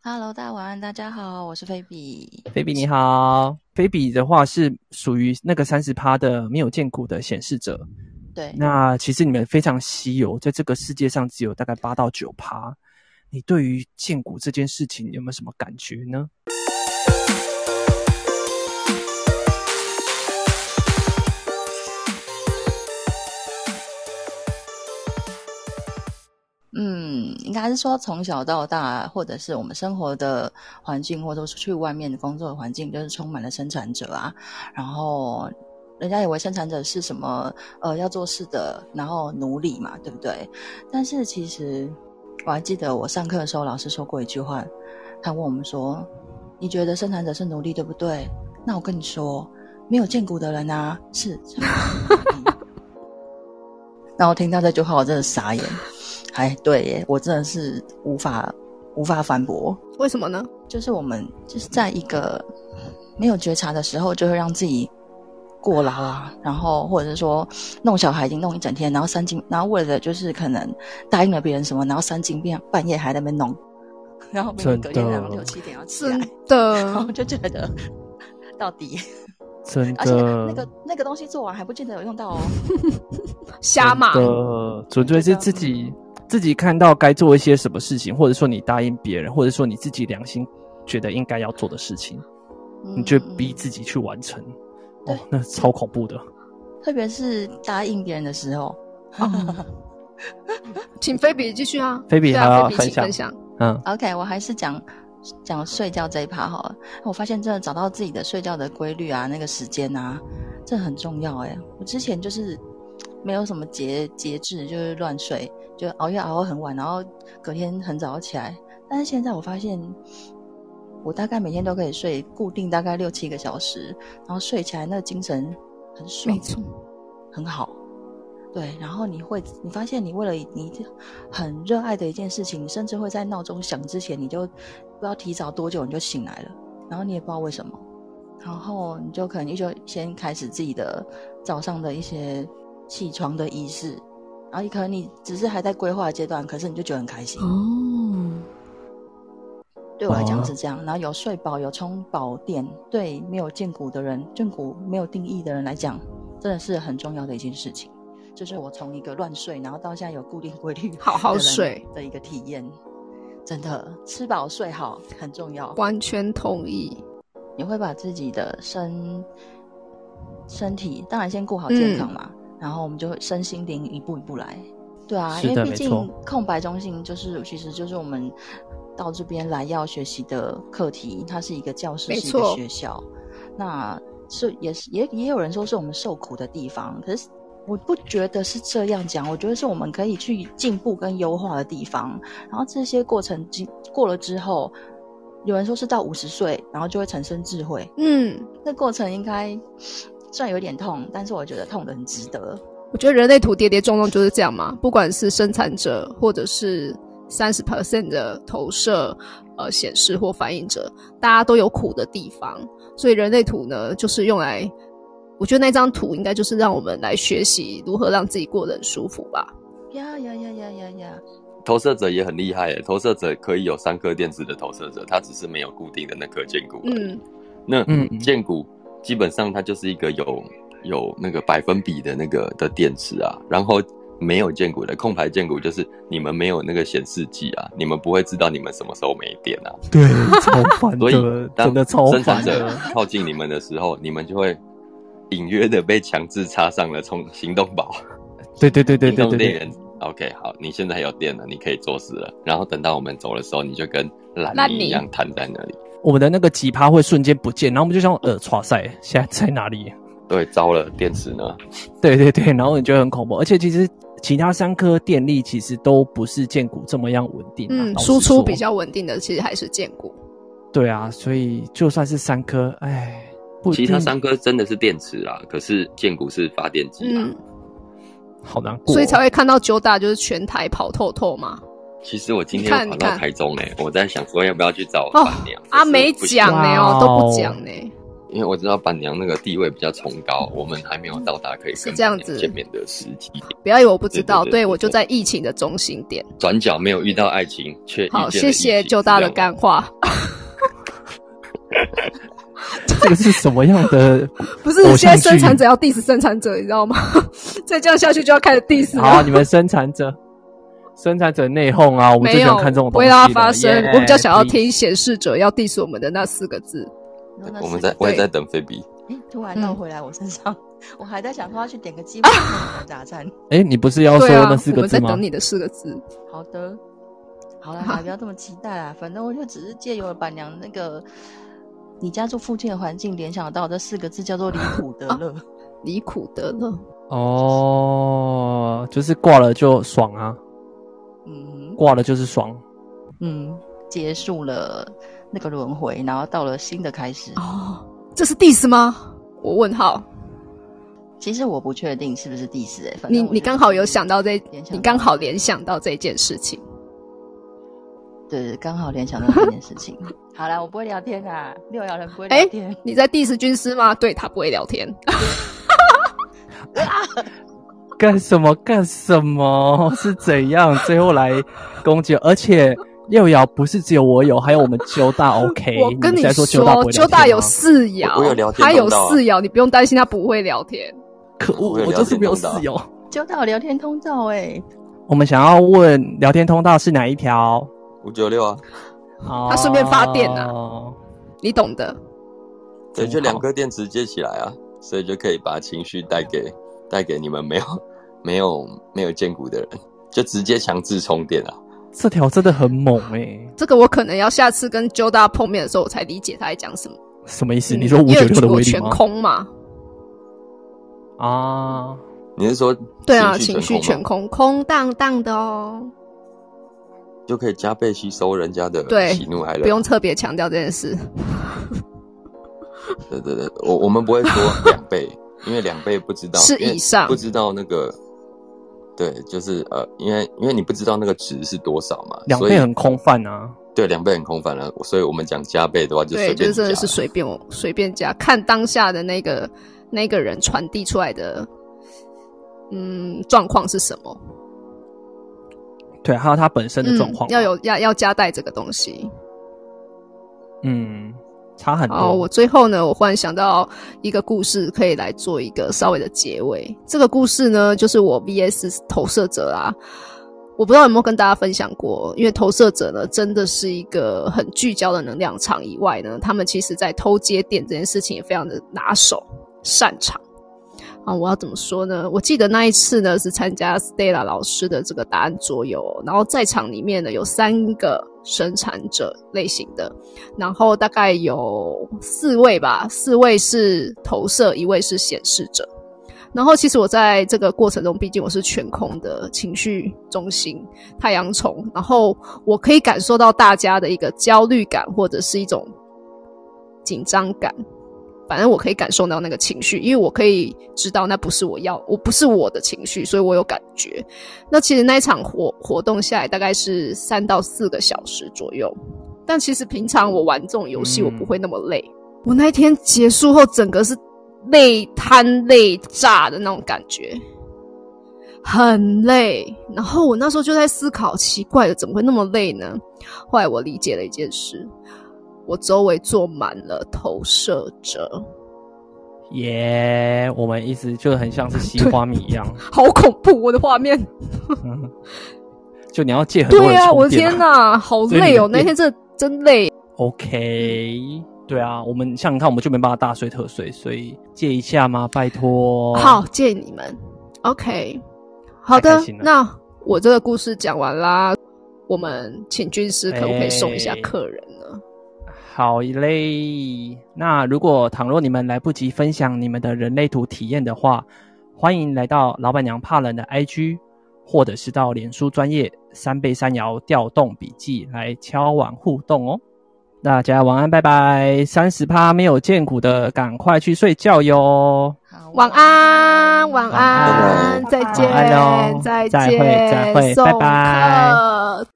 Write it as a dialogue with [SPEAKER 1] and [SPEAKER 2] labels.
[SPEAKER 1] Hello，大家晚安，大家好，我是菲比。
[SPEAKER 2] 菲比你好，菲比的话是属于那个三十趴的没有见骨的显示者。
[SPEAKER 1] 嗯对，
[SPEAKER 2] 那其实你们非常稀有，在这个世界上只有大概八到九趴。你对于见骨这件事情有没有什么感觉呢？
[SPEAKER 1] 嗯，应该是说从小到大，或者是我们生活的环境，或者是去外面的工作的环境，就是充满了生产者啊。然后人家以为生产者是什么呃要做事的，然后奴隶嘛，对不对？但是其实我还记得我上课的时候，老师说过一句话，他问我们说：“你觉得生产者是奴隶，对不对？”那我跟你说，没有见骨的人啊，是生产者是奴隶。然后听到这句话，我真的傻眼。哎，对耶，我真的是无法无法反驳。
[SPEAKER 3] 为什么呢？
[SPEAKER 1] 就是我们就是在一个没有觉察的时候，就会让自己过劳啊，然后或者是说弄小孩已经弄一整天，然后三更，然后为了就是可能答应了别人什么，然后三更半半夜还在那边弄，然后明明隔天早上
[SPEAKER 2] 真的
[SPEAKER 1] 六七点要起来
[SPEAKER 3] 真，
[SPEAKER 1] 然后
[SPEAKER 3] 的，
[SPEAKER 1] 就觉得到底，
[SPEAKER 2] 真
[SPEAKER 1] 而且
[SPEAKER 2] 的，
[SPEAKER 1] 那个那个东西做完还不见得有用到哦。
[SPEAKER 3] 瞎骂
[SPEAKER 2] 真的，纯粹是自己自己看到该做一些什么事情，或者说你答应别人，或者说你自己良心觉得应该要做的事情，你就
[SPEAKER 1] 嗯
[SPEAKER 2] 逼自己去完成。
[SPEAKER 1] 对
[SPEAKER 2] 哦，那超恐怖的。
[SPEAKER 1] 特别是答应别人的时候。
[SPEAKER 3] 请菲比继续啊，
[SPEAKER 2] 菲比
[SPEAKER 3] 对
[SPEAKER 2] 还要
[SPEAKER 3] 啊，菲比请
[SPEAKER 2] 分
[SPEAKER 3] 分享，
[SPEAKER 2] 嗯，
[SPEAKER 1] OK，我还是讲讲睡觉这一趴好了。我发现真的找到自己的睡觉的规律啊，那个时间啊，这很重要哎、我之前就是没有什么节节制，就是乱睡，就熬夜熬到很晚，然后隔天很早起来。但是现在我发现，我大概每天都可以睡固定大概六七个小时，然后睡起来那个精神很爽，
[SPEAKER 3] 没错，
[SPEAKER 1] 很好。对，然后你会，你发现你为了你很热爱的一件事情，你甚至会在闹钟响之前，你就不知道提早多久你就醒来了，然后你也不知道为什么，然后你就可能就先开始自己的早上的一些起床的仪式，然后你可能你只是还在规划阶段，可是你就觉得很开心。
[SPEAKER 3] 哦，
[SPEAKER 1] 对我来讲
[SPEAKER 2] 哦
[SPEAKER 1] 是这样，然后有睡饱，有充饱电，对没有见骨的人，见骨没有定义的人来讲，真的是很重要的一件事情。就是我从一个乱睡，然后到现在有固定规律
[SPEAKER 3] 好好
[SPEAKER 1] 的人
[SPEAKER 3] 睡
[SPEAKER 1] 的一个体验，真的吃饱睡好很重要。
[SPEAKER 3] 完全同意，
[SPEAKER 1] 你会把自己的身身体，当然先顾好健康
[SPEAKER 2] 嗯
[SPEAKER 1] 嘛，然后我们就会身心灵一步一步来。对啊，
[SPEAKER 2] 是
[SPEAKER 1] 因为
[SPEAKER 2] 的
[SPEAKER 1] 毕
[SPEAKER 2] 没
[SPEAKER 1] 竟
[SPEAKER 2] 错
[SPEAKER 1] 空白中心就是其实就是我们到这边来要学习的课题，它是一个教室，
[SPEAKER 3] 没
[SPEAKER 1] 是一个
[SPEAKER 3] 错
[SPEAKER 1] 学校，那是也是也也有人说是我们受苦的地方，可是。我不觉得是这样讲，我觉得是我们可以去进步跟优化的地方。然后这些过程经过了之后，有人说是到五十岁，然后就会产生智慧。
[SPEAKER 3] 嗯，
[SPEAKER 1] 那过程应该虽然有点痛，但是我觉得痛的很值得。
[SPEAKER 3] 我觉得人类图跌跌撞撞就是这样嘛，不管是生产者或者是三十 percent 的投射、呃显示或反应者，大家都有苦的地方，所以人类图呢，就是用来，我觉得那张图应该就是让我们来学习如何让自己过得很舒服吧。
[SPEAKER 1] 呀呀呀呀呀呀！
[SPEAKER 4] 投射者也很厉害耶，欸投射者可以有三颗电池的投射者，他只是没有固定的那颗剑骨而已。
[SPEAKER 3] 嗯，
[SPEAKER 4] 那
[SPEAKER 2] 嗯
[SPEAKER 4] 剑骨基本上它就是一个有有那个百分比的那个的电池啊，然后没有剑骨的空白剑骨就是你们没有那个显示器啊，你们不会知道你们什么时候没电啊，
[SPEAKER 2] 对，超烦
[SPEAKER 4] 所以
[SPEAKER 2] 的，真
[SPEAKER 4] 当
[SPEAKER 2] 的超
[SPEAKER 4] 生
[SPEAKER 2] 烦
[SPEAKER 4] 产者
[SPEAKER 2] 的。
[SPEAKER 4] 靠近你们的时候，你们就会隐约的被强制插上了从行动宝。
[SPEAKER 2] 对对对对对
[SPEAKER 4] 移动
[SPEAKER 2] 对
[SPEAKER 4] 电
[SPEAKER 2] 对，
[SPEAKER 4] 源。OK，好，你现在有电了，你可以做事了。然后等到我们走的时候，你就跟
[SPEAKER 3] 烂
[SPEAKER 4] 烂
[SPEAKER 3] 泥
[SPEAKER 4] 泥一样瘫在那里。
[SPEAKER 2] 我们的那个奇葩会瞬间不见，然后我们就像呃，哇塞， 现在在哪里？
[SPEAKER 4] 对，糟了，电池呢？
[SPEAKER 2] 对对对，然后你觉得很恐怖，而且其实其他三颗电力其实都不是建股这么样稳定、啊，
[SPEAKER 3] 嗯，
[SPEAKER 2] 老实
[SPEAKER 3] 输出
[SPEAKER 2] 说
[SPEAKER 3] 比较稳定的其实还是建股。
[SPEAKER 2] 对啊，所以就算是三颗，哎，不一
[SPEAKER 4] 其
[SPEAKER 2] 定
[SPEAKER 4] 他三颗真的是电池啦，可是建股是发电机啊。
[SPEAKER 3] 嗯，
[SPEAKER 2] 好难过，
[SPEAKER 3] 所以才会看到九大就是全台跑透透嘛。
[SPEAKER 4] 其实我今天
[SPEAKER 3] 你看
[SPEAKER 4] 跑
[SPEAKER 3] 你
[SPEAKER 4] 到欸
[SPEAKER 3] 看
[SPEAKER 4] 台中诶、我在想说要不要去找
[SPEAKER 3] 哦
[SPEAKER 4] 板娘。可
[SPEAKER 3] 啊，
[SPEAKER 4] 是
[SPEAKER 3] 没
[SPEAKER 4] 不行
[SPEAKER 3] 讲呢哦，
[SPEAKER 2] 哇
[SPEAKER 3] 都
[SPEAKER 2] 哦
[SPEAKER 3] 不讲呢。
[SPEAKER 4] 因为我知道板娘那个地位比较崇高，我们还没有到达可以
[SPEAKER 3] 是
[SPEAKER 4] 跟
[SPEAKER 3] 这样
[SPEAKER 4] 板娘
[SPEAKER 3] 子
[SPEAKER 4] 见面的时机点。
[SPEAKER 3] 不要以为我不知道，
[SPEAKER 4] 对对对
[SPEAKER 3] 对
[SPEAKER 4] 对
[SPEAKER 3] 我就在疫情的中心点。
[SPEAKER 4] 转角没有遇到爱情，却遇见
[SPEAKER 3] 好，
[SPEAKER 4] 了
[SPEAKER 3] 谢
[SPEAKER 4] 疫
[SPEAKER 3] 谢
[SPEAKER 4] 情
[SPEAKER 3] 九大的
[SPEAKER 4] 是这样
[SPEAKER 3] 干话，
[SPEAKER 2] 这个是什么样 的？
[SPEAKER 3] 不是
[SPEAKER 2] 偶
[SPEAKER 3] 现在
[SPEAKER 2] 像
[SPEAKER 3] 生
[SPEAKER 2] 剧
[SPEAKER 3] 产者要 diss 生产者，你知道吗？ 再这样下去就要开始 diss
[SPEAKER 2] 好、啊，
[SPEAKER 3] 了。
[SPEAKER 2] 你们生产者，生产者内讧啊，我们
[SPEAKER 3] 没
[SPEAKER 2] 最喜
[SPEAKER 3] 有
[SPEAKER 2] 欢看这种
[SPEAKER 3] 不
[SPEAKER 2] 东
[SPEAKER 3] 会
[SPEAKER 2] 西
[SPEAKER 3] 让它
[SPEAKER 2] 了
[SPEAKER 3] 发生，
[SPEAKER 2] 耶
[SPEAKER 3] 我比较想要听显示者要 diss 我们的那四个字。
[SPEAKER 1] 然后那
[SPEAKER 4] 我们
[SPEAKER 1] 四个
[SPEAKER 4] 在，我也
[SPEAKER 3] 对
[SPEAKER 4] 在等菲比。
[SPEAKER 1] 哎，突然
[SPEAKER 3] 嗯啊
[SPEAKER 1] 倒回来我身上， 我还在想说要去点个鸡排大餐。
[SPEAKER 2] 哎、你不是要说
[SPEAKER 3] 对啊
[SPEAKER 2] 那四，
[SPEAKER 3] 我
[SPEAKER 2] 个
[SPEAKER 3] 们
[SPEAKER 2] 字
[SPEAKER 3] 在
[SPEAKER 2] 吗
[SPEAKER 3] 等？你的四个字。
[SPEAKER 1] 好的，好啦，好啦不要这么期待啦。 反正我就只是借由板娘那个你家住附近的环境，联想到这四个字叫做离苦得
[SPEAKER 3] 啊
[SPEAKER 1] 乐。
[SPEAKER 3] 离苦得乐，
[SPEAKER 2] 哦，就是挂了就爽啊，
[SPEAKER 1] 嗯
[SPEAKER 2] 挂了就是爽。
[SPEAKER 1] 嗯，结束了那个轮回，然后到了新的开始。
[SPEAKER 3] 哦，这是 diss 吗？我问号，
[SPEAKER 1] 其实我不确定是不是第四哎，反正
[SPEAKER 3] 你
[SPEAKER 1] 我
[SPEAKER 3] 你
[SPEAKER 1] 觉得
[SPEAKER 3] 刚好有
[SPEAKER 1] 就是
[SPEAKER 3] 想到这
[SPEAKER 1] 联，想
[SPEAKER 3] 你
[SPEAKER 1] 到
[SPEAKER 3] 刚好联想到这件事情。
[SPEAKER 1] 对，刚好联想到这件事 情。好啦，我不会聊天啦，六爻人不会
[SPEAKER 3] 哎
[SPEAKER 1] 聊天。
[SPEAKER 3] 你在 diss 军师吗？对他不会聊天，
[SPEAKER 2] 干什么干什么？ 是怎样？最后来攻击，而且六爻不是只有我有，还有我们九大 OK
[SPEAKER 3] 我
[SPEAKER 2] 哎
[SPEAKER 3] 跟
[SPEAKER 2] 你
[SPEAKER 3] 你
[SPEAKER 2] 在
[SPEAKER 3] 说，
[SPEAKER 2] 九大不会聊天吗
[SPEAKER 3] 有四爻，
[SPEAKER 4] 我我有聊天
[SPEAKER 3] 他有
[SPEAKER 4] 通道啊
[SPEAKER 3] 四爻，你不用担心他不会聊天。
[SPEAKER 2] 可恶，
[SPEAKER 4] 我有
[SPEAKER 2] 我就是没有
[SPEAKER 4] 聊
[SPEAKER 2] 四
[SPEAKER 4] 天通道
[SPEAKER 2] 爻。
[SPEAKER 1] 就到聊天通道哎、
[SPEAKER 2] 我们想要问聊天通道是哪一条？
[SPEAKER 4] 五九六啊，
[SPEAKER 2] 哦
[SPEAKER 3] 他顺便发电啊你懂的。
[SPEAKER 4] 对，
[SPEAKER 2] 真
[SPEAKER 4] 就
[SPEAKER 2] 好
[SPEAKER 4] 两颗电池接起来啊，所以就可以把情绪带给带给你们没有 没有没有见骨的人，就直接强制充电啊。
[SPEAKER 2] 这条真的很猛哎、
[SPEAKER 3] 这个我可能要下次跟 j o d a 碰面的时候，我才理解他在讲什么。
[SPEAKER 2] 什么意思？你说五九六的
[SPEAKER 3] 嗯因为
[SPEAKER 2] 威
[SPEAKER 3] 我
[SPEAKER 2] 力
[SPEAKER 3] 全
[SPEAKER 2] 吗？
[SPEAKER 3] 空嘛？
[SPEAKER 2] 啊，
[SPEAKER 4] 你是说
[SPEAKER 3] 对啊，
[SPEAKER 4] 情
[SPEAKER 3] 情绪
[SPEAKER 4] 全
[SPEAKER 3] 全
[SPEAKER 4] 吗
[SPEAKER 3] 空，空荡荡的哦，
[SPEAKER 4] 就可以加倍吸收人家的
[SPEAKER 3] 对
[SPEAKER 4] 喜怒哀乐？
[SPEAKER 3] 不用特别强调这件事。
[SPEAKER 4] 对对对，我我们 不会说两倍，因为两倍不知道
[SPEAKER 3] 是
[SPEAKER 4] 因为
[SPEAKER 3] 以上
[SPEAKER 4] 不知道那个，对，就是呃，因为因为你不知道那个值是多少嘛，
[SPEAKER 2] 两
[SPEAKER 4] 所以
[SPEAKER 2] 倍很空泛啊。
[SPEAKER 4] 对两倍很空泛了、啊所以我们讲加倍的话就
[SPEAKER 3] 对，
[SPEAKER 4] 随
[SPEAKER 3] 就
[SPEAKER 4] 便
[SPEAKER 3] 是真的
[SPEAKER 4] 加
[SPEAKER 3] 是随便我随便加，看当下的那个那个人传递出来的嗯状况是什么，
[SPEAKER 2] 对，还有它本身的状
[SPEAKER 3] 嗯
[SPEAKER 2] 况、，
[SPEAKER 3] 要有要要加带这个东西。
[SPEAKER 2] 嗯，差很多。
[SPEAKER 3] 好，哦我最后呢，我忽然想到一个故事，可以来做一个稍微的结尾。这个故事呢，就是我 VS 投射者啊，我不知道有没有跟大家分享过，因为投射者呢，真的是一个很聚焦的能量场以外呢，他们其实在偷接电这件事情也非常的拿手擅长。啊，我要怎么说呢？我记得那一次呢是参加 Stella 老师的这个答案桌游，哦然后在场里面呢有三个生产者类型的，然后大概有四位吧，四位是投射，一位是显示者。然后其实我在这个过程中，毕竟我是全空的情绪中心太阳虫，然后我可以感受到大家的一个焦虑感或者是一种紧张感。反正我可以感受到那个情绪，因为我可以知道那不是我要，我不是我的情绪，所以我有感觉。那其实那一场活活动下来大概是三到四个小时左右，但其实平常我玩这种游戏，
[SPEAKER 2] 嗯
[SPEAKER 3] 我不会那么累。我那一天结束后，整个是累瘫累炸的那种感觉，很累。然后我那时候就在思考，奇怪了，怎么会那么累呢？后来我理解了一件事，我周围坐满了投射者，
[SPEAKER 2] 耶我们一直就很像是西瓜米一样，
[SPEAKER 3] 好恐怖！我的画面，
[SPEAKER 2] 嗯就你要借很多
[SPEAKER 3] 对
[SPEAKER 2] 人充电、
[SPEAKER 3] 啊，我的天哪，好
[SPEAKER 2] 所以
[SPEAKER 3] 累
[SPEAKER 2] 你
[SPEAKER 3] 哦！
[SPEAKER 2] 们
[SPEAKER 3] 那天真的真累，
[SPEAKER 2] ！OK，对啊，我们像你看，我们就没办法大睡特睡，所以借一下嘛，拜托。
[SPEAKER 3] 好，借你们。OK，好的
[SPEAKER 2] 太开心，了
[SPEAKER 3] 那我这个故事讲完啦。我们请军师可不可以送一下
[SPEAKER 2] 哎
[SPEAKER 3] 客人呢？
[SPEAKER 2] 好嘞，那如果倘若你们来不及分享你们的人类图体验的话，欢迎来到老板娘怕冷的 IG，或者是到脸书专业三倍三爻调动笔记来敲碗互动哦。大家晚安，拜拜！三十趴没有见骨的，赶快去睡觉哟。
[SPEAKER 1] 好，啊
[SPEAKER 3] 晚安，
[SPEAKER 2] 哎
[SPEAKER 3] 晚
[SPEAKER 2] 晚安
[SPEAKER 3] 安，再见
[SPEAKER 2] 晚安喽，哦
[SPEAKER 3] 再
[SPEAKER 2] 再会再会
[SPEAKER 3] 见，送
[SPEAKER 2] 拜拜
[SPEAKER 3] 客